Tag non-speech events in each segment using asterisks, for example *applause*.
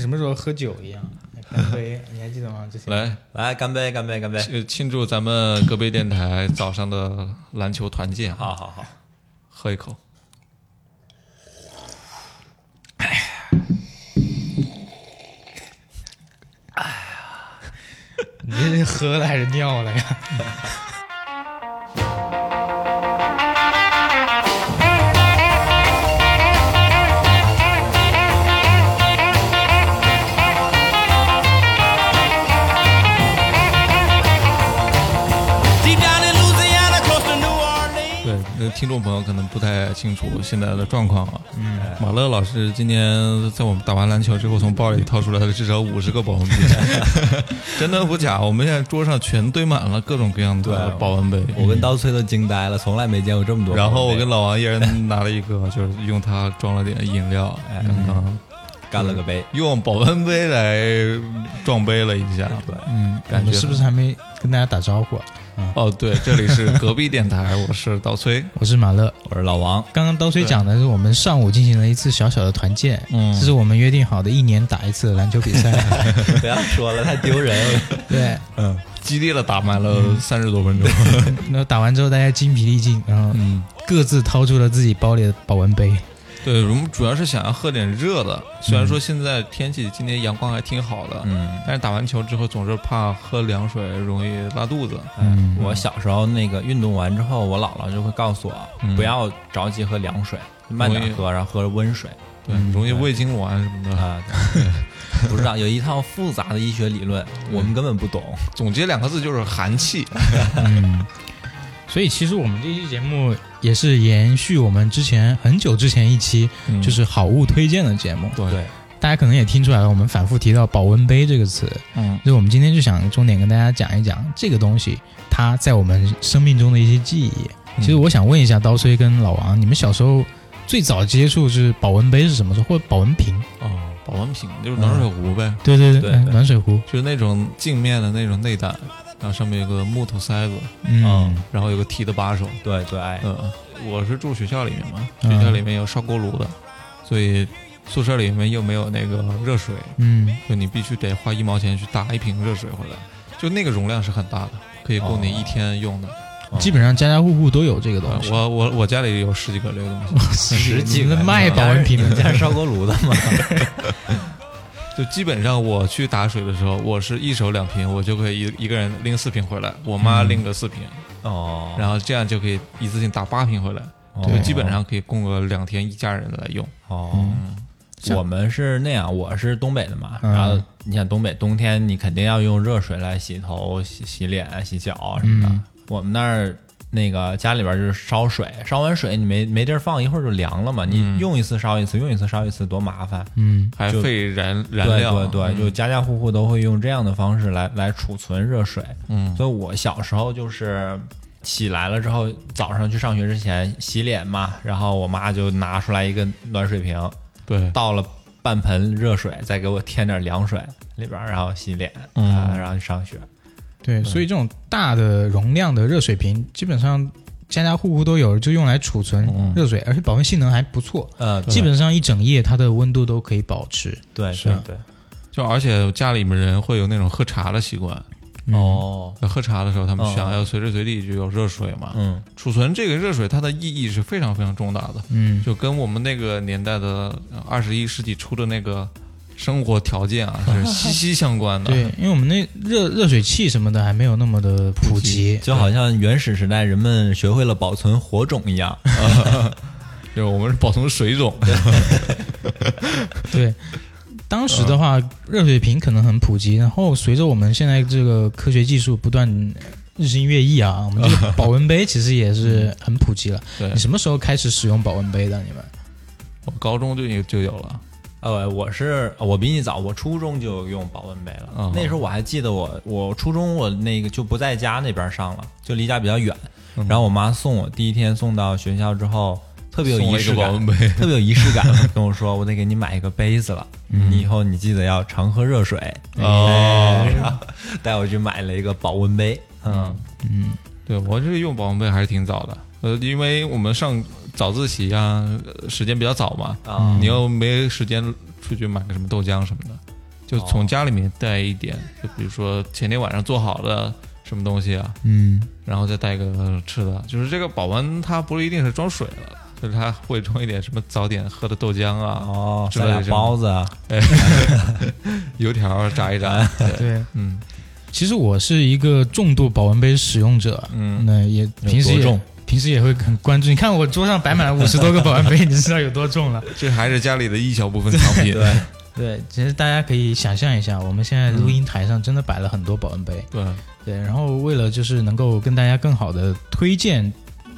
什么时候喝酒一样，干杯， *laughs* 你还记得吗？之前来来，干杯，干杯，干杯！呃庆祝咱们戈贝电台早上的篮球团建啊！好好好，喝一口，你这是喝了还是尿了 *laughs* 呀？ Deep down in Louisiana, close to New Orleans. 对，那听众朋友可能不太清楚现在的状况啊。嗯，马乐老师今年在我们打完篮球之后，从包里掏出来了至少五十个保温 *laughs* 杯，真的不假？我们现在桌上全堆满了各种各样的对保温杯。我跟刀崔都惊呆了，从来没见过这么多。然后我跟老王一 *laughs* 人拿了一个，就是用它装了点饮料，刚刚干了个杯，用保温杯来撞杯了一下。对，嗯，感觉我是不是还没跟大家打招呼啊？哦，对，这里是隔壁电台，我是刀崔。我是马乐。我是老王，刚刚刀崔讲的是我们上午进行了一次小小的团建，嗯这是我们约定好的一年打一次的篮球比 *laughs* 赛。 *laughs* 不要说了，太丢人了。对，嗯，激烈的打满了三十多分钟，那打完之后大家精疲力尽，然后嗯，各自掏出了自己包里的保温杯。对，我们主要是想要喝点热的。虽然说现在天气今天阳光还挺好的，嗯，但是打完球之后总是怕喝凉水容易拉肚子。嗯我小时候那个运动完之后，我姥姥就会告诉我，不要着急喝凉水，慢点喝，然后喝温水嗯对，嗯容易胃痉挛什么的。啊。对不知道有一套复杂的医学理论，我们根本不懂。总结两个字就是寒气。嗯， *laughs* 所以其实我们这期节目也是延续我们之前很久之前一期嗯就是好物推荐的节目。对，对，大家可能也听出来了，我们反复提到保温杯这个词，嗯，所以我们今天就想重点跟大家讲一讲这个东西，它在我们生命中的一些记忆。其实我想问一下刀崔跟老王，你们小时候最早接触就是保温杯是什么时候，或者保温瓶？哦，保温瓶就是暖水壶呗，对对对嗯对暖水壶。就是那种镜面的那种内胆，然后上面有个木头塞子，哦嗯然后有个提的把手。对对，哎嗯，我是住学校里面嘛，学嗯校里面有烧锅炉的，所以宿舍里面又没有那个热水，嗯就你必须得花一毛钱去打一瓶热水回来，就那个容量是很大的，可以够你一天用的。哦基本上家家户户都有这个对东西。我我我家里有十几个这个东 *laughs* 西，啊十几你个们卖保温 *laughs* 瓶你们的嗯家是烧锅炉的吗？就基本上我去打水的时候，我是一手两瓶，我就可以一一个人拎四瓶回来，我妈拎个四瓶，嗯哦，然后这样就可以一次性打八瓶回来，对就基本上可以供个两天一家人来用。哦，像我们是那样，我是东北的嘛，嗯然后你想东北冬天，你肯定要用热水来洗头、洗洗脸、洗脚什么的。嗯我们那儿那个家里边就是烧水，烧完水你没没地儿放，一会儿就凉了嘛。你用一次烧一次，用一次烧一次，多麻烦。嗯还就费燃燃对料，啊对对，就家家户户都会用这样的方式来来储存热水。嗯所以我小时候就是起来了之后，早上去上学之前洗脸嘛，然后我妈就拿出来一个暖水瓶，对，倒了半盆热水，再给我添点凉水里边儿，然后洗脸，嗯啊，然后去上学。对，所以这种大的容量的热水瓶，基本上家家户户都有，就用来储存热水，而且保温性能还不错，嗯，基本上一整夜它的温度都可以保持。对是啊对就而且家里面人会有那种喝茶的习惯，嗯对，哦，那喝茶的时候他们哦想要随时随地就有热水嘛，嗯，储存这个热水它的意义是非常非常重大的，嗯，就跟我们那个年代的二十一世纪初的那个生活条件 *laughs* 啊是息息相关的。对，因为我们那热热水器什么的还没有那么的普及。就好像原始时代人们学会了保存火种一样。就是我们是保存水种，对，当时的话，热水瓶可能很普及，然后随着我们现在这个科学技术不断日新月异啊，我们这个保温杯其实也是很普及了。对你什么时候开始使用保温杯的？你们？我高中就有就有了， *laughs* 呃，我是我比你早，我初中就用保温杯了。哦那时候我还记得我，我初中我那个就不在家那边上了，就离家比较远。然后我妈送我第一天送到学校之后，特别有送仪了一式个保感温，杯， *laughs* 特别有仪式感，跟我说我得给你买一个杯子了，你以后你记得要常喝热水嗯哦哎然后带我去买了一个保温杯，嗯，对我这个用保温杯还是挺早的，呃，因为我们上早自习啊，呃时间比较早嘛，啊你又没时间出去买个什么豆浆什么的，就从家里面带一点，就比如说前天晚上做好的什么东西啊，嗯，然后再带个吃的，就是这个保温它不一定是装水了，就是它会装一点什么早点喝的豆浆啊， *laughs* 哦，之塞类的俩这种包子啊，油条炸一炸，对，对。嗯其实我是一个重度保温杯使用者，啊嗯，那也平时有多也重平时也会很关注。你看我桌上摆满了五十多个保温 *laughs* 杯，你知道有多重了。这还是家里的一小部分藏品， *laughs* 对对，其实大家可以想象一下，我们现在录音台上真的摆了很多保温杯。对，对，然后为了就是能够跟大家更好的推荐，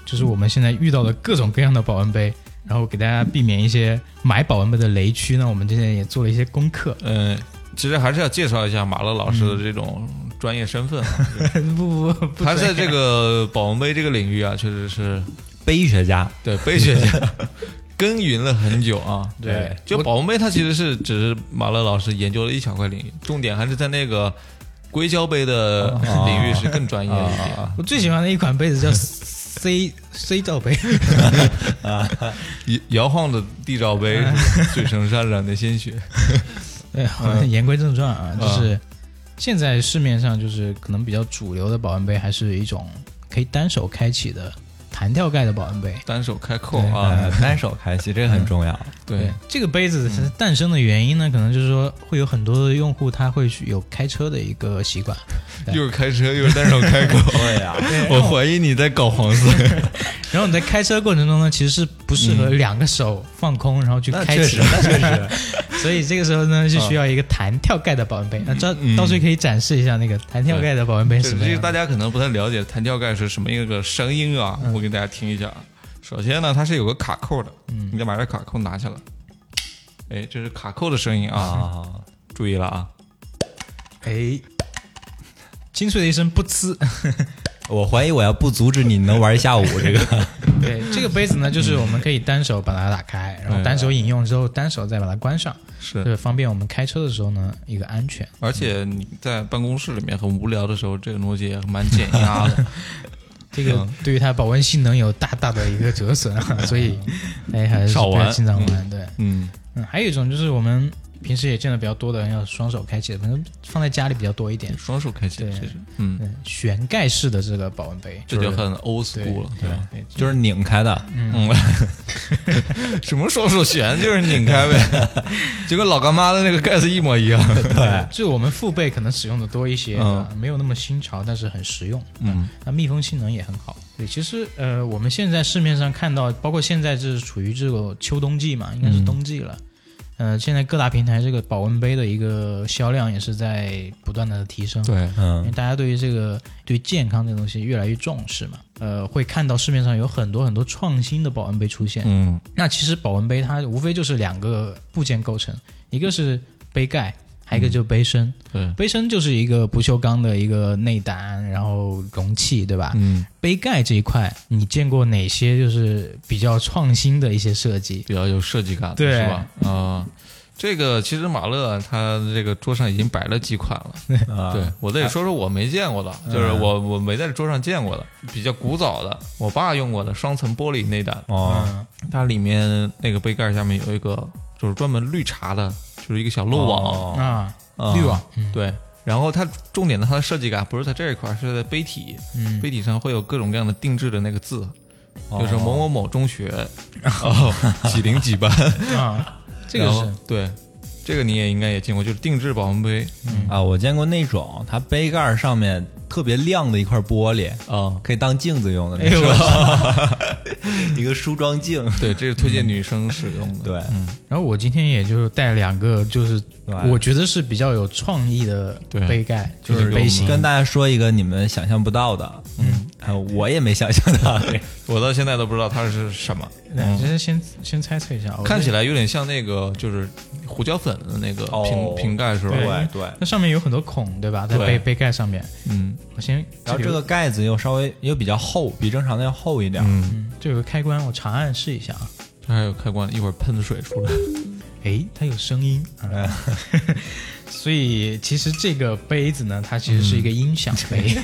就是我们现在遇到的各种各样的保温杯，然后给大家避免一些买保温杯的雷区呢，我们之前也做了一些功课。嗯，其实还是要介绍一下马乐老师的这种专业身 *laughs* 份啊， *laughs* 不不不，他在这个保温杯这个领域啊，确实是杯学家，对杯学家耕耘了很久啊。对就保温杯，它其实是只是马乐老师研究了一小块领域，重点还是在那个硅胶杯的领域是更专业一点。我最喜欢的一款杯子叫 C C 罩杯，摇摇晃的地罩杯，是吧嘴唇上染的鲜血。对，嗯言归正传啊，就是现在市面上就是可能比较主流的保温杯，还是一种可以单手开启的弹跳盖的保温杯。单手开扣呃啊，单手开启这个 *laughs* 很重要。对，这个杯子嗯它诞生的原因呢，可能就是说会有很多的用户他会去有开车的一个习惯，对又是开车又是单手开扣。对呀，我怀疑你在搞黄色，然后你在开车过程中呢，其实是不适合两个手放空，然后去嗯那开确启实，，那确实， *laughs* 嗯所以这个时候呢，就需要一个弹跳盖的保温杯。那这嗯到时候可以展示一下那个弹跳盖的保温杯是对什么这个样的大家可能不太了解弹跳盖是什么一个声音啊，我给大家听一下。啊。首先呢，它是有个卡扣的，你得把这卡扣拿下来。哎，这是卡扣的声音啊，啊，注意了啊！哎，清脆的一声不 *laughs* 呲。我怀疑我要不阻止你，你能玩一下午这 *laughs* 个。对，这个杯子呢，就是我们可以单手把它打开，嗯然后单手饮用之后，单手再把它关上，是就是方便我们开车的时候呢一个安全。而且你在办公室里面很无聊的时候，这个东西也蛮减压 *laughs* 的。这个对于它保温性能有大大的一个折损 *laughs* 啊，所以大家还是少不要玩经常玩。对，嗯，嗯，还有一种就是我们平时也见的比较多的，要双手开启的，可能放在家里比较多一点。双手开启，对这是嗯，嗯，悬盖式的这个保温杯，这就很 old 对 school 了，对对吧？对，就是拧开的，嗯， *laughs* 什么双手旋就是拧开呗， *laughs* 就跟老干妈的那个盖子一模 *laughs* 一样。对，就我们父辈可能使用的多一些，嗯啊没有那么新潮，但是很实用。嗯，那密封性能也很好。对，其实呃，我们现在市面上看到，包括现在这是处于这个秋冬季嘛，应该是冬季了。呃，现在各大平台这个保温杯的一个销量也是在不断的提升。。对，因为嗯，大家对于这个对于健康这个东西越来越重视嘛，呃，会看到市面上有很多很多创新的保温杯出现。嗯，那其实保温杯它无非就是两个部件构成，一个是杯盖，还有嗯一个就是杯身。对，杯身就是一个不锈钢的一个内胆，然后容器，对吧？嗯，杯盖这一块，你见过哪些就是比较创新的一些设计？比较有设计感，对是吧？啊、这个其实马乐他这个桌上已经摆了几款了，嗯嗯啊对，我得说说我没见过的，就是我我没在桌上见过的，比较古早的，我爸用过的双层玻璃内胆，哦，它里面那个杯盖下面有一个就是专门绿茶的，就是一个小漏网，嗯哦啊，啊滤网，对。然后它重点的它的设计感不是在这一块，是在杯体，嗯杯体上会有各种各样的定制的那个字，哦就是某某某中学，哦，几零几班，啊，这个然后是对，这个你也应该也见过，就是定制保温杯啊，我见过那种，它杯盖上面特别亮的一块玻璃，啊。可以当镜子用的哎那呦种，我 *laughs* 一个梳妆镜。对，这是推荐女生使用的。对，然后我今天也就带两个，就是对我觉得是比较有创意的对杯盖，就就是是杯型。跟大家说一个你们想象不到的，嗯，啊，我也没想象 *laughs* 到，我到现在都不知道它是什么，对，就是先先猜测一下，哦我看起来来有点像那个就是胡椒粉的那个哦瓶瓶盖是吧？对对对。那上面有很多孔，对吧？在对杯杯盖上面，嗯，我先然后里这有个盖子又稍微又比较厚，比正常的要厚一点。嗯这有个开关，我长按试一下啊。这还有开关，一会儿喷水出来。诶，它有声音，啊、 *laughs* 所以其实这个杯子呢，它其实是一个音响杯，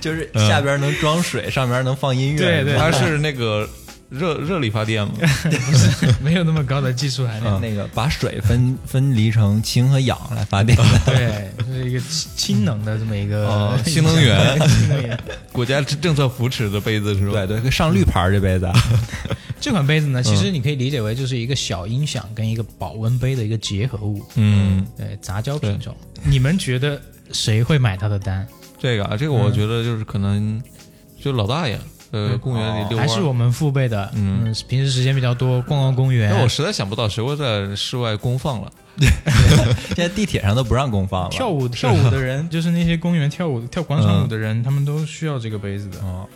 就是下边能装水，上边能放音乐。嗯对对它是那个热热理发店嘛， *laughs* 没有那么高的技术含啊量。那个把水分 *laughs* 分离成氢和氧来发电嗯的。对，就是一个氢氢能的这么一个 *laughs* 哦新能源新能源。国家政策扶持的杯子是吧？ *laughs* 对对，上绿牌儿这杯子啊，嗯这款杯子嗯呢，其实你可以理解为就是一个小音响跟一个保温杯的一个结合物，嗯，对，杂交品种。你们觉得谁会买它的单？这个啊，这个我觉得就是可能就老大爷，呃，公园里哦遛弯还儿。是我们父辈的，嗯，平时时间比较多，逛逛公园那，我实在想不到谁会在室外公放了。现在地铁上都不让公放 *laughs* 了。跳舞跳舞的人， *laughs* 就是那些公园跳舞跳广场舞的嗯人，他们都需要这个杯子的。 *laughs* 哦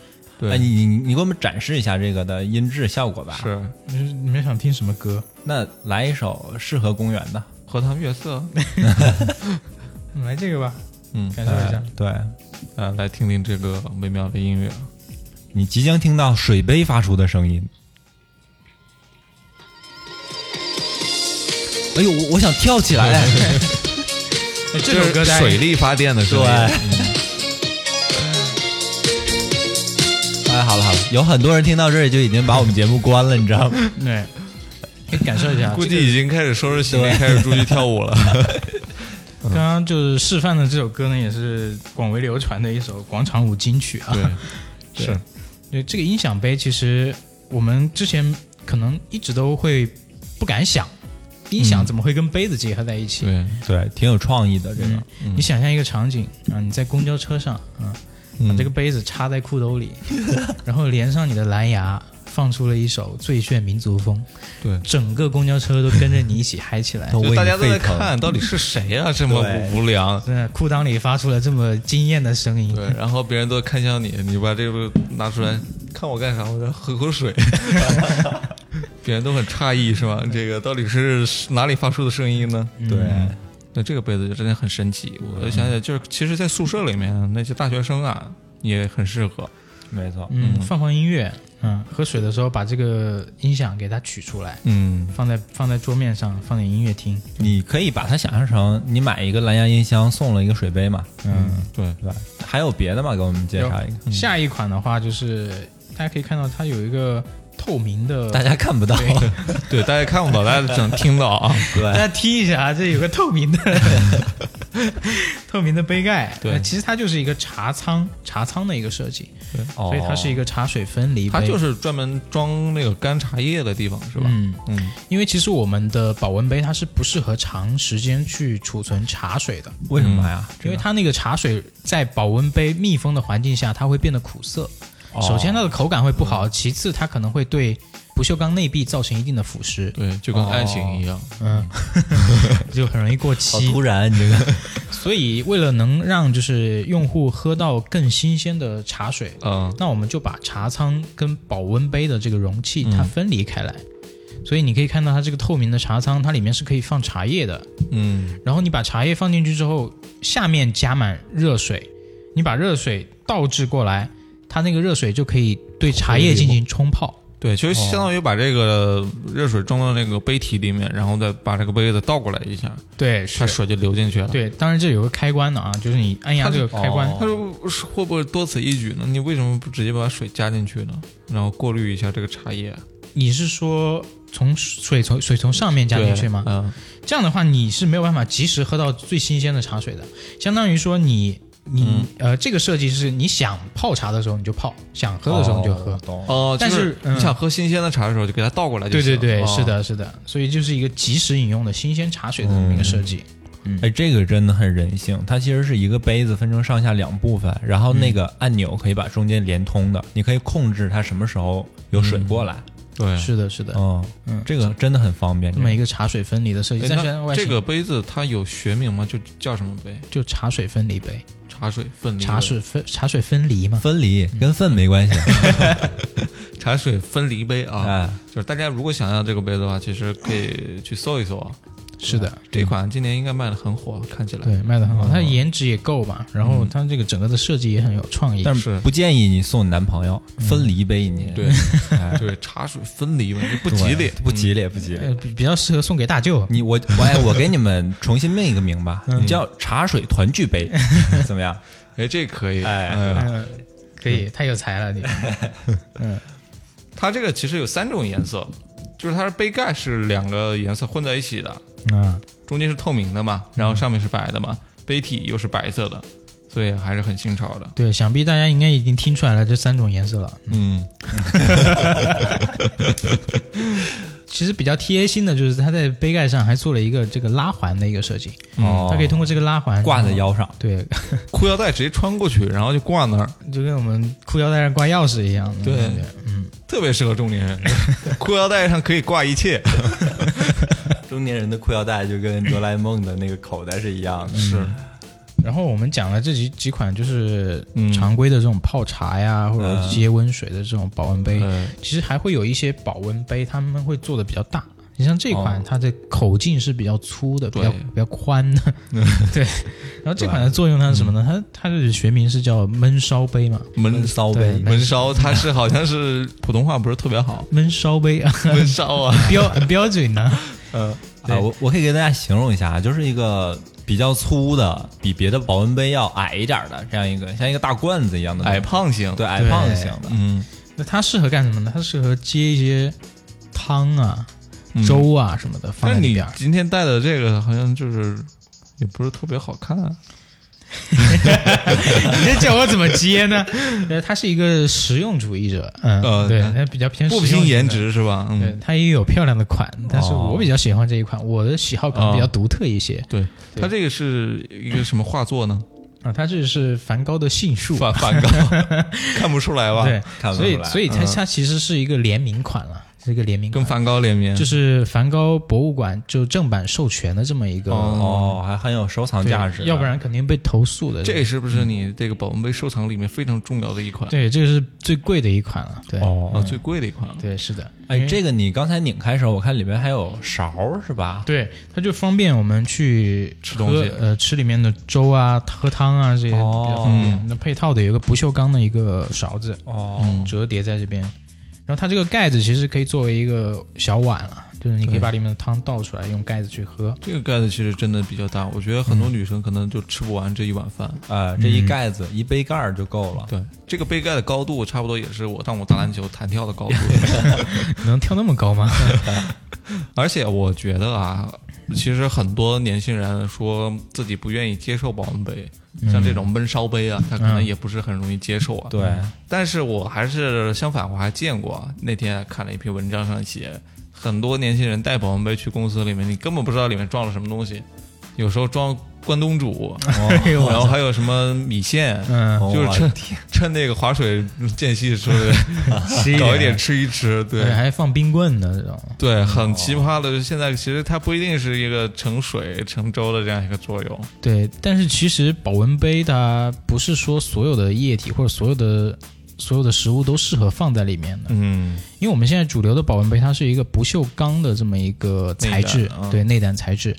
对，哎，你你你给我们展示一下这个的音质效果吧。，是你是你们想听什么歌？那来一首适合公园的。荷塘月色，嗯来这个吧， *laughs* 嗯，感受一下哎。对，啊，来听听这个美妙的音乐。啊你即将听到水杯发出的声音。哎呦，我我想跳起来！哎这首歌是大家水力发电的声 *laughs* 对，音，哎，好了好了，有很多人听到这里就已经把我们节目关了，你知道吗？ *laughs* 对，可以感受一下。 *laughs* 估计已经开始收拾行李，开始出去跳舞了。刚刚就是示范的这首歌呢，也是广为流传的一首广场舞金曲啊。对，对是对，这个音响杯其实我们之前可能一直都会不敢想，音响怎么会跟杯子结合在一起？嗯对，对，挺有创意的这个嗯。，你想象一个场景啊，你在公交车上嗯啊，把这个杯子插在裤兜里， *laughs* 然后连上你的蓝牙，放出了一首最炫民族风，对整个公交车都跟着你一起嗨起来都。就大 *laughs* 家都在为你沸腾看到底是谁呀，这么对无良。真的，裤裆里发出了这么惊艳的声音，对，然后别人都看向你，你把这个拿出来，看我干啥？我说喝口 *laughs* 水。别人都很诧异，是吧？这个到底是哪里发出的声音呢？嗯对，那这个杯子就真的很神奇。我想想，就是其实，在宿舍里面那些大学生啊，也很适合。没错。嗯，放放音乐，嗯，喝水的时候把这个音响给它取出来，嗯，放在放在桌面上，放点音乐听，你可以把它想象成你买一个蓝牙音箱送了一个水杯嘛，嗯，对，对吧？还有别的吗？给我们介绍一个。嗯下一款的话就是大家可以看到它有一个透明的，大家看不到，对对，大家看不到，大家只能听到啊。 *laughs* 大 *laughs* 对家听一下啊，这有个透明的透明的杯盖，对呃其实它就是一个茶仓茶仓的一个设计，哦所以它是一个茶水分离杯，它就是专门装那个干茶叶的地方，是吧？哎嗯，嗯，因为其实我们的保温杯它是不适合长时间去储存茶水的，为什么呀？因为它那个茶水在保温杯密封的环境下，它会变得苦涩。哦哦首先，它的口感会不好，其次它可能会对不锈钢内壁造成一定的腐蚀，对，就跟爱情一样。嗯， *laughs* 就很容易过好期突。然，你这个所以为了能让就是用户喝到更新鲜的茶水，嗯，那我们就把茶仓跟保温杯的这个容器嗯它分离开来。所以你可以看到它这个透明的茶仓，它里面是可以放茶叶的。嗯，然后你把茶叶放进去之后，下面加满热水，你把热水倒置过来，它那个热水就可以对茶叶进行冲泡。对，其实相当于把这个热水装到那个杯体里面，然后再把这个杯子倒过来一下，对，它水就流进去了。，对，当然这有个开关的啊，就是你按压这个开关，他说是会不会多此一举呢？你为什么不直接把水加进去呢？然后过滤一下这个茶叶你是说从水从水从上面加进去吗？嗯，这样的话你是没有办法及时喝到最新鲜的茶水的，相当于说你。你、嗯呃，这个设计是你想泡茶的时候你就泡，想喝的时候你就喝。懂哦，但就是嗯你想喝新鲜的茶的时候，就给它倒过来就对行对了。对，哦是。的，是的，所以就是一个及时饮用的新鲜茶水的这么一个设计。哎，这个真的很人性。它其实是一个杯子分成上下两部分，然后那个按钮可以把中间连通的，你可以控制它什么时候有水过来。对，是的，是的，嗯，嗯这个真的很方便。这么一个茶水分离的设计，哎但是那外这形个杯子它有学名吗？就叫什么杯？就茶水分离杯，茶水分离茶水分茶水分离嘛，分离跟粪没关系。茶水分离杯啊哎，就是大家如果想要这个杯子的话，其实可以去搜一搜啊。是的，这款今年应该卖的很火，看起来对，卖的很好，它颜值也够吧，然后它这个整个的设计也很有创意，但是不建议你送你男朋友分离杯，你哎对对，茶水分离嘛，就 *laughs* 不对吉利，不吉利，不吉利。呃，比比较适合送给大舅，你我我哎，我给你们重新命一个名吧，你叫茶水团聚杯，怎么样？哎，这可以，哎嗯嗯，可以，太有才了你，嗯，它这个其实有三种颜色，就是它的杯盖是两个颜色混在一起的，啊，中间是透明的嘛，然后上面是白的嘛，杯体又是白色的，所以还是很新潮的。对，想必大家应该已经听出来了这三种颜色了。嗯，其实比较贴心的就是它在杯盖上还做了一个这个拉环的一个设计，嗯哦它可以通过这个拉环挂在，腰上，对，裤腰带直接穿过去，然后就挂那儿，就跟我们裤腰带上挂钥匙一样的对感觉。嗯，特别适合中 *laughs* 年人。裤腰带上可以挂一切，中年人的裤腰带就跟哆啦 A 梦的那个口袋是一样嗯的，是啊然后我们讲了这几几款就是嗯常规的这种泡茶呀，或者嗯接温水的这种保温杯，嗯其实还会有一些保温杯，他们会做的比较大。你像这款，哦它的口径是比较粗的，比对较比较宽 *laughs* 的，对。然后这款的作用它是什么呢？它它的学名是叫焖烧杯嘛，闷闷骚对杯，闷烧，它是好像是普通话不是特 *laughs* 别好，焖烧杯啊，闷烧啊，标标准呢？对啊，我我可以给大家形容一下，啊，就是一个比较粗的，比别的保温杯要矮一点儿的这样一个，像一个大罐子一样的东西矮，胖型。嗯对，矮对胖型的，嗯，那它适合干什么呢？它适合接一些汤啊、嗯粥啊什么的放但在是里你边儿。今天戴的这个好像就是也不是特别好看、啊你这叫我怎么接呢？ *laughs* 呃，他是一个实用主义者，嗯，呃对，他比较偏不实用拼颜型的。值是吧？对嗯，它也有漂亮的款，但是我比较喜欢这一款，我的喜好可能比较独特一些。对，对它这个是一个什么画作呢？啊，它这是梵高的杏树，梵梵高， *laughs* 看不出来吧？对，看不出所来以所以它它其实是一个联名款了，是一个联名跟款，梵高联名，就是梵高博物馆就正版授权的这么一个哦，还很有收藏嗯对价值的，啊要不然肯定被投诉的。这是不是你这个保温杯收藏里面非常重要的一款？对，这个是最贵的一款了，对，啊，哦，最贵的一款了。嗯对，是的，哎，这个你刚才拧开的时候，我看里面还有勺儿是吧？对，它就方便我们去吃东西喝呃，吃里面的粥啊、喝汤啊这些比较方便。哦那配套的有一个不锈钢的一个勺子，哦，折叠在这边，然后它这个盖子其实可以作为一个小碗了，就是你可以对把里面的汤倒出来，用盖子去喝。这个盖子其实真的比较大，我觉得很多女生可能就吃不完这一碗饭。呃，这一盖子一杯盖儿就够了。对，这个杯盖的高度差不多也是我当我打篮球弹跳的高度。 *laughs* 能跳那么高吗？而且我觉得啊，其实很多年轻人说自己不愿意接受保温杯，像这种嗯闷烧杯啊，他可能也不是很容易接受啊。对，但是我还是相反，我还见过啊那天看了一篇文章上写，很多年轻人带保温杯去公司里面，你根本不知道里面装了什么东西，有时候装关东煮，哎呦然后还有什么米线。嗯，就是哇趁趁那个划水间隙出来搞一点吃一吃，对，对，还放冰棍呢，这种。对，很奇葩的。就是现在其实它不一定是一个盛水盛粥的这样一个作用，对，但是其实保温杯它不是说所有的液体或者所有的所有的食物都适合放在里面的。嗯，因为我们现在主流的保温杯，它是一个不锈钢的这么一个材质内，胆啊对内胆材质。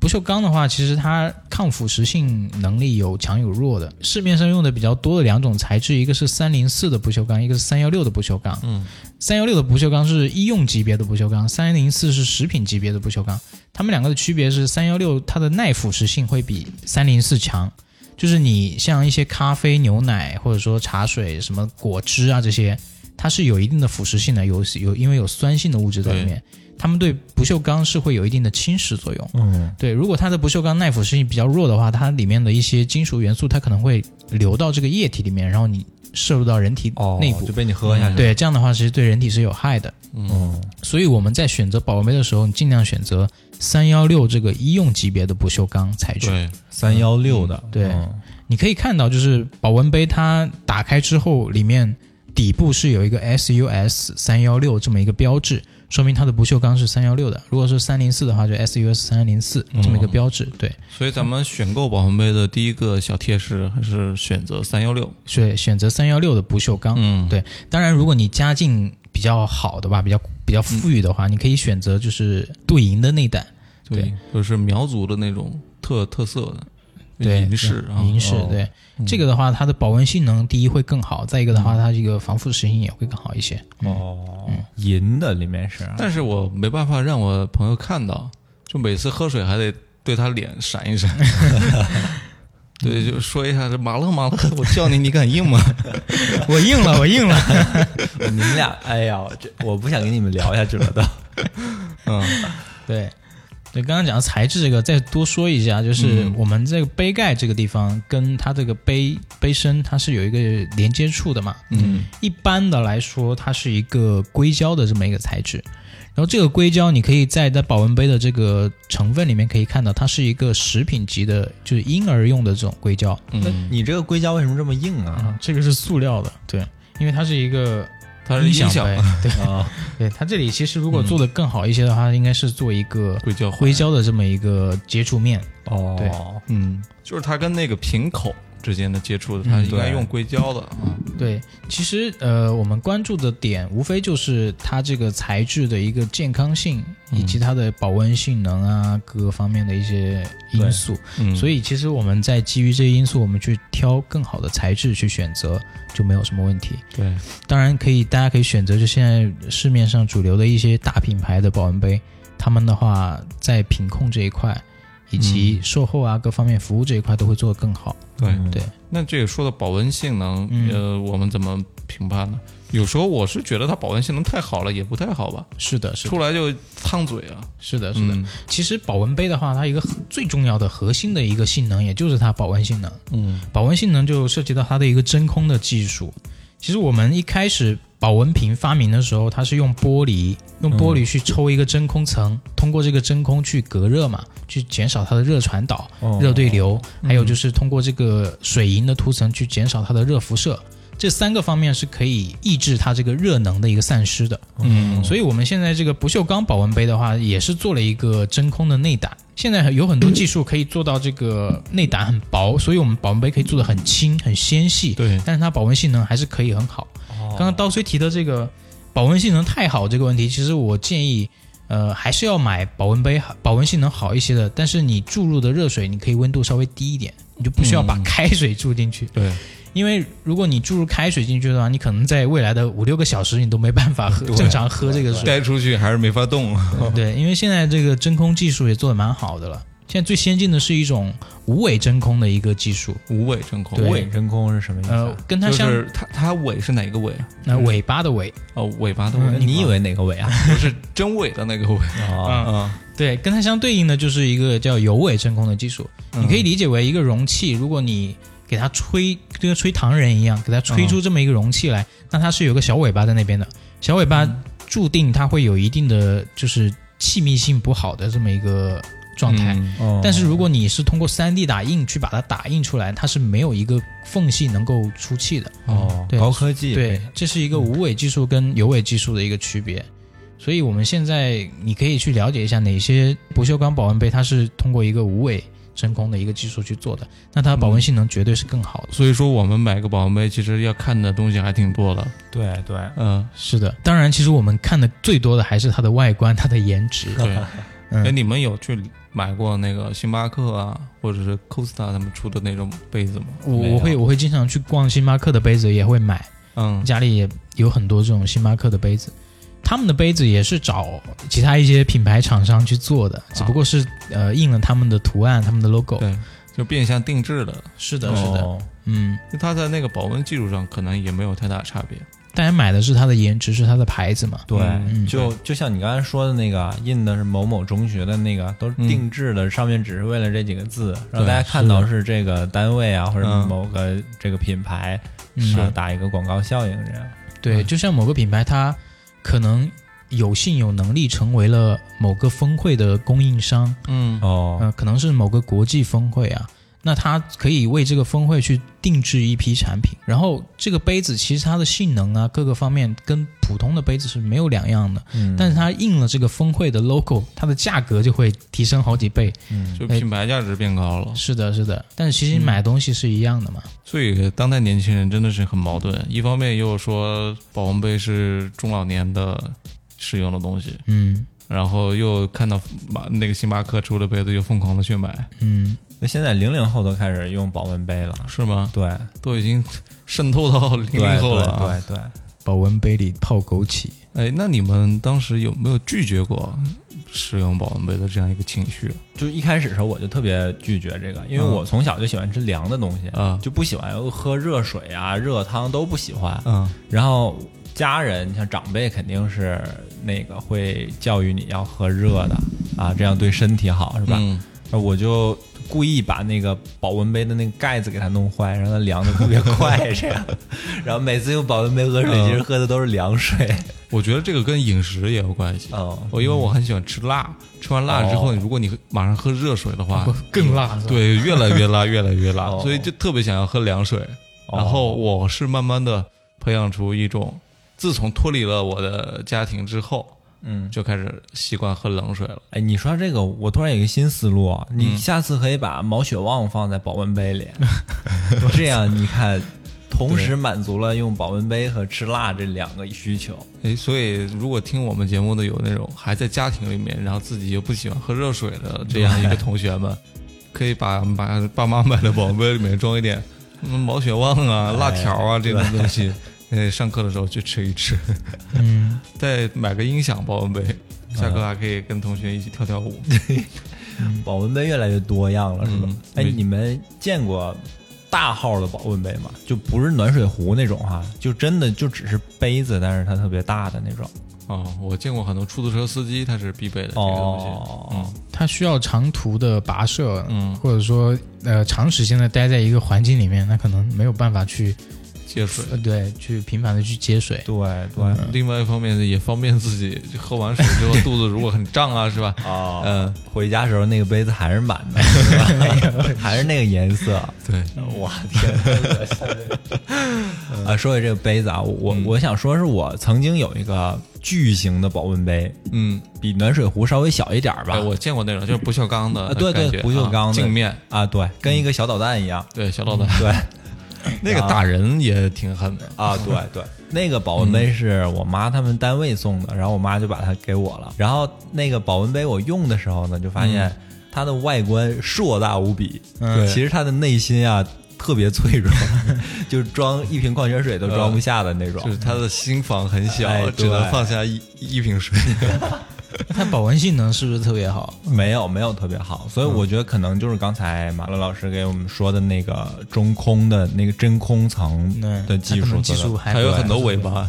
不锈钢的话，其实它抗腐蚀性能力有强有弱的。市面上用的比较多的两种材质，一个是三零四的不锈钢，一个是三幺六的不锈钢。嗯，三幺六的不锈钢是医用级别的不锈钢，三零四是食品级别的不锈钢。它们两个的区别是，三幺六它的耐腐蚀性会比三零四强，就是你像一些咖啡、牛奶或者说茶水、什么果汁啊这些，它是有一定的腐蚀性的，有有因为有酸性的物质在里面，它们对不锈钢是会有一定的侵蚀作用。嗯，对，如果它的不锈钢耐腐蚀性比较弱的话，它里面的一些金属元素它可能会流到这个液体里面，然后你摄入到人体 *laughs* 哦，内部。就被你喝嗯下去。，对，这样的话其实对人体是有害的。嗯，所以我们在选择保温杯的时候，你尽量选择三幺六这个医用级别的不锈钢材质。对，三幺六的，对嗯你可以看到，就是保温杯它打开之后，里面底部是有一个 SUS 三幺六这么一个标志，说明它的不锈钢是三幺六的。如果是三零四的话，就 SUS 三零四嗯这么一个标志。对，所以咱们选购保温杯的第一个小贴士还是选择三幺六，所以选择三幺六的不锈钢。嗯对当然，如果你家境比较好的吧，比较比较富裕的话，你可以选择就是镀银的内胆。对，就是苗族的那种特特色的对，银饰啊，银饰哦，对、这个的话，它的保温性能第一会更好，再一个的话，它这个防腐蚀性也会更好一些。哦，银的里面是，啊但是我没办法让我朋友看到，就每次喝水还得对他脸闪一闪。对，就说一下这马勒马勒，我叫你，你敢应吗？ *laughs* 我硬了，我硬了。 *laughs* 你们俩，哎呀，这我不想跟你们聊下去了 *laughs* 都。嗯， *laughs* 对，对，刚刚讲的材质这个，再多说一下，就是我们这个杯盖这个地方跟它这个杯杯身它是有一个连接处的嘛。嗯，一般的来说，它是一个硅胶的这么一个材质。然后这个硅胶，你可以在在保温杯的这个成分里面可以看到，它是一个食品级的，就是婴儿用的这种硅胶。那嗯你这个硅胶为什么这么硬啊？啊，这个是塑料的，对，因为它是一个它是音音响嗯杯，对啊，对，它这里其实如果做的更好一些的话，它应该是做一个硅胶硅，胶的这么一个接触面， *laughs* 哦，对嗯，就是它跟那个瓶口之间的接触的，它嗯应该对用硅胶的啊。对，其实呃，我们关注的点无非就是它这个材质的一个健康性，以嗯及它的保温性能啊，各个方面的一些因素。嗯，所以其实我们在基于这些因素，我们去挑更好的材质去选择，就没有什么问题。对，当然可以，大家可以选择就现在市面上主流的一些大品牌的保温杯，他们的话在品控这一块，以及售后啊、各方面服务这一块都会做得更好。对嗯对那这个说到保温性能，嗯呃，我们怎么评判呢？有时候我是觉得它保温性能太好了，也不太好吧，是的，是的出，来就烫嘴啊。是的，是的。嗯其实保温杯的话，它一个最重要的核心的一个性能，也就是它保温性能。嗯保温性能就涉及到它的一个真空的技术。其实我们一开始保温瓶发明的时候，它是用玻璃，用玻璃去抽一个真空嗯层，通过这个真空去隔热嘛，去减少它的热传导、哦热对流，还有就是通过这个水银的涂层去减少它的热辐射。这三个方面是可以抑制它这个热能的一个散失的。嗯所以我们现在这个不锈钢保温杯的话，也是做了一个真空的内胆。现在有很多技术可以做到这个内胆很薄，所以我们保温杯可以做的很轻、很纤细，对，但是它保温性能还是可以很好。哦刚刚刀虽提的这个保温性能太好这个问题，其实我建议，呃，还是要买保温杯保温性能好一些的，但是你注入的热水你可以温度稍微低一点，你就不需要把嗯开水注进去。对，因为如果你注入开水进去的话，你可能在未来的五六个小时你都没办法喝正常喝这个水。 *laughs* 带出去还是没法动。啊对，因为现在这个真空技术也做得蛮好的了。现在最先进的是一种无尾真空的一个技术，无尾真空，对无尾真空是什么意思呃啊？，跟它就相是它它尾是哪个尾啊？呃尾巴的尾，哦，尾巴的嗯尾，呃你以为哪个尾啊？不是真尾的那个尾 *laughs* 哦，啊？对，跟它相对应的就是一个叫有尾真空的技术。你可以理理解为一个容器，如果你给它吹，就跟吹糖人一样，给它吹出这么一个容器来，那它是有个小尾巴在那边的，小尾巴注定它会有一定的就是气密性不好的这么一个状态。嗯哦但是如果你是通过 3D 打印去把它打印出来，它是没有一个缝隙能够出气的。哦，对高科技，对，这是一个无尾技术跟有尾技术的一个区别。所以我们现在你可以去了解一下哪些不锈钢保温杯，它是通过一个无尾真空的一个技术去做的，那它的保温性能绝对是更好的。所以说我们买个保温杯，其实要看的东西还挺多的。对对，嗯，是的，当然，其实我们看的最多的还是它的外观，它的颜值。对。哎，嗯，你们有去买过那个星巴克啊，或者是 Costa 他们出的那种杯子吗？我没有我会我会经常去逛星巴克的杯子，也会买，嗯，家里也有很多这种星巴克的杯子。他们的杯子也是找其他一些品牌厂商去做的，只不过是、呃印了他们的图案、他们的 logo。对，就变相定制的。是的，是的，哦嗯，它在那个保温技术上可能也没有太大差别。大家买的是它的颜值，是它的牌子嘛？嗯对，就就像你刚才说的那个，印的是某某中学的那个，都是定制的，上面只是为了这几个字，让对大家看到是这个单位啊，或者嗯某个这个品牌，嗯啊打一个广告效应这样。对，就像某个品牌，它可能有幸有能力成为了某个峰会的供应商，嗯哦，呃，可能是某个国际峰会啊，那它可以为这个峰会去定制一批产品。然后这个杯子其实它的性能啊，各个方面跟普通的杯子是没有两样的，嗯但是它印了这个峰会的 logo，它的价格就会提升好几倍。嗯就品牌价值变高了。是的，是的，但是其实买东西是一样的嘛。所以当代年轻人真的是很矛盾，一方面又说保温杯是中老年的使用的东西，嗯然后又看到马那个星巴克出的杯子又疯狂的去买，嗯，那现在零零后都开始用保温杯了，是吗？对，都已经渗透到零对零后了啊。对对对，保温杯里泡枸杞。哎，那你们当时有没有拒绝过使用保温杯的这样一个情绪就是一开始的时候我就特别拒绝这个，因为嗯我从小就喜欢吃凉的东西，啊？就不喜欢喝热水啊、热汤都不喜欢。嗯然后家人像长辈肯定是那个会教育你要喝热的啊，这样对身体好是吧？嗯那我就故意把那个保温杯的那个盖子给它弄坏，让它凉的特别快，这样。然后每次用保温杯喝水，嗯其实喝的都是凉水。我觉得这个跟饮食也有关系。哦我因为我很喜欢吃辣，吃完辣之后，哦如果你马上喝热水的话，更辣， *laughs* 对，越来越辣，越来越辣哦，所以就特别想要喝凉水。哦然后我是慢慢的培养出一种，自从脱离了我的家庭之后，嗯，就开始习惯喝冷水了。哎，你说这个，我突然有一个新思路啊！你下次可以把毛血旺放在保温杯里， *laughs* 这样你看，同时满足了用保温杯和吃辣这两个需求。哎，所以如果听我们节目的有那种还在家庭里面，然后自己又不喜欢喝热水的这样一个同学们，可以把把爸妈买的保温杯里面装一点嗯毛血旺啊、辣条啊这种东西，呃，上课的时候去吃一吃， *laughs* 嗯，再买个音响保温杯，下课还可以跟同学一起跳跳舞。保温杯越来越多样了，是吧嗯？哎，没你们见过大号的保温杯吗？就不是暖水壶那种哈、就真的就只是杯子，但是它特别大的那种。哦，我见过很多出租车司机，他是必备的这个东西。哦，它需要长途的跋涉，嗯或者说呃长时间的待在一个环境里面，那可能没有办法去嗯，接水。呃对去频繁的去接水。对对，另外一方面也方便自己喝完水之后肚子如果很胀啊，是吧？哦，嗯，回家时候那个杯子还是满 *laughs* 的，是吧还是那个颜色。对，我天，真恶心 *laughs* 啊！说起这个杯子啊，我、嗯我想说是我曾经有一个巨型的保温杯，嗯，比暖水壶稍微小一点儿吧。哎，我见过那种就是不锈钢的啊，对对感觉不锈钢的啊镜面，啊，对，跟一个小导弹一样。对，小老板，啊对嗯那个打人也挺狠的。啊， *laughs* 对对，那个保温嗯杯是我妈他们单位送的，然后我妈就把它给我了。然后那个保温杯我用的时候呢，就发现它的外观硕大无比，嗯其实它的内心啊特别脆弱， *laughs* 就是装一瓶矿泉水都呃装不下的那种。就是他的心房很小，哎对只能放下一一瓶水。那它保温性能是不是特别好？没有没有特别好，所以嗯我觉得可能就是刚才马乐老师给我们说的那个中空的那个真空层对嗯的技术做得，技术还 *laughs* 还有不错很多尾巴，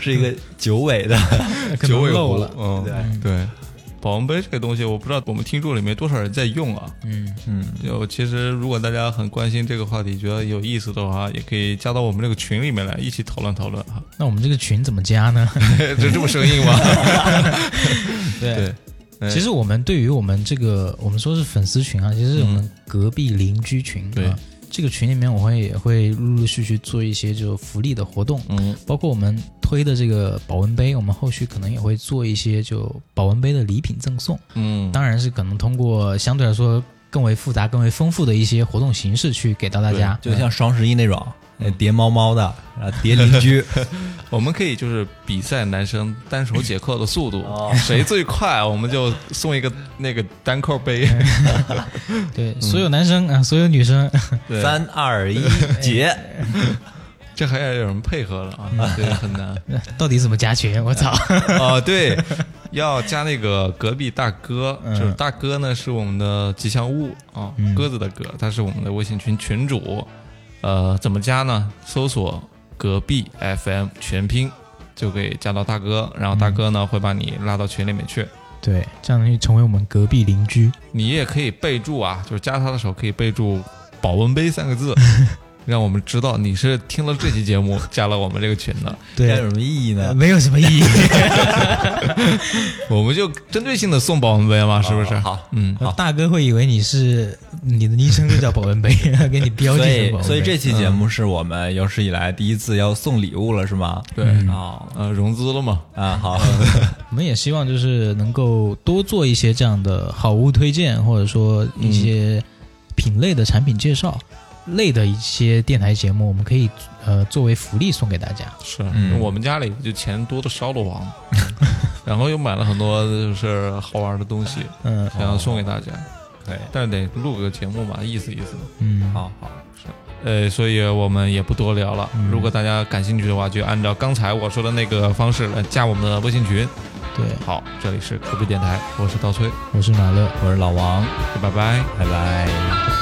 是一个九尾 *laughs* 的，可九能尾漏狐了。，嗯，对。保温杯这个东西，我不知道我们听众里面多少人在用啊。嗯，嗯，就其实，如果大家很关心这个话题，觉得有意思的话，也可以加到我们这个群里面来，一起讨论讨论啊。 *laughs* 那我们这个群怎么加呢？这这么生硬吗？对，哎其实我们对于我们这个，我们说是粉丝群啊，其实是我们隔壁邻居群、嗯对啊，这个群里面我会也会陆陆续续做一些就福利的活动，嗯，包括我们推的这个保温杯，我们后续可能也会做一些就保温杯的礼品赠送，嗯，当然是可能通过相对来说更为复杂、更为丰富的一些活动形式去给到大家。就像双十一那种，呃嗯叠猫猫的，然后叠邻 *laughs* 居，我们可以就是比赛男生单手解扣的速度，谁最快，我们就送一个那个单扣杯。对、所有男生啊，所有女生， *laughs* 对，三二一，结。 *laughs* 这还要有人配合了啊，对，很难。到底怎么加群？我操！啊，对，要加那个隔壁大哥，就是大哥呢是我们的吉祥物啊，鸽子的鸽，他是我们的微信群群主。呃，怎么加呢？搜索隔壁 FM 全拼就可以加到大哥，然后大哥呢会把你拉到群里面去。对，这样容易成为我们隔壁邻居。你也可以备注啊，就是加他的时候可以备注“保温杯”三个 *laughs* 字，让我们知道你是听了这期节目加了我们这个群 *laughs* 的。这对有，什么意义呢？没有什么意义。我们就针对性的送保温杯嘛，是不是？好，嗯， *laughs* 大哥会以为你是你的昵称就叫保温杯， *laughs* 给你标记成所保以，温杯。所以这期节目是我们有史以来第一次要送礼物了，是吗？对，嗯哦，呃，融资了嘛，啊，好，我们也希望就是能够多做一些这样的好物推荐，或者说一些品类的产品介绍。类的一些电台节目，我们可以呃作为福利送给大家。是、嗯我们家里就钱多的烧了 *laughs* 王，然后又买了很多就是好玩的东西，嗯，想要送给大家。可以，但是得录个节目嘛，意思意思。嗯，，好好，是呃，所以我们也不多聊了。嗯如果大家感兴趣的话，就按照刚才我说的那个方式来加我们的微信群。对，好，这里是科比电台，我是刀崔，我是马乐。我是老王，拜拜。拜拜。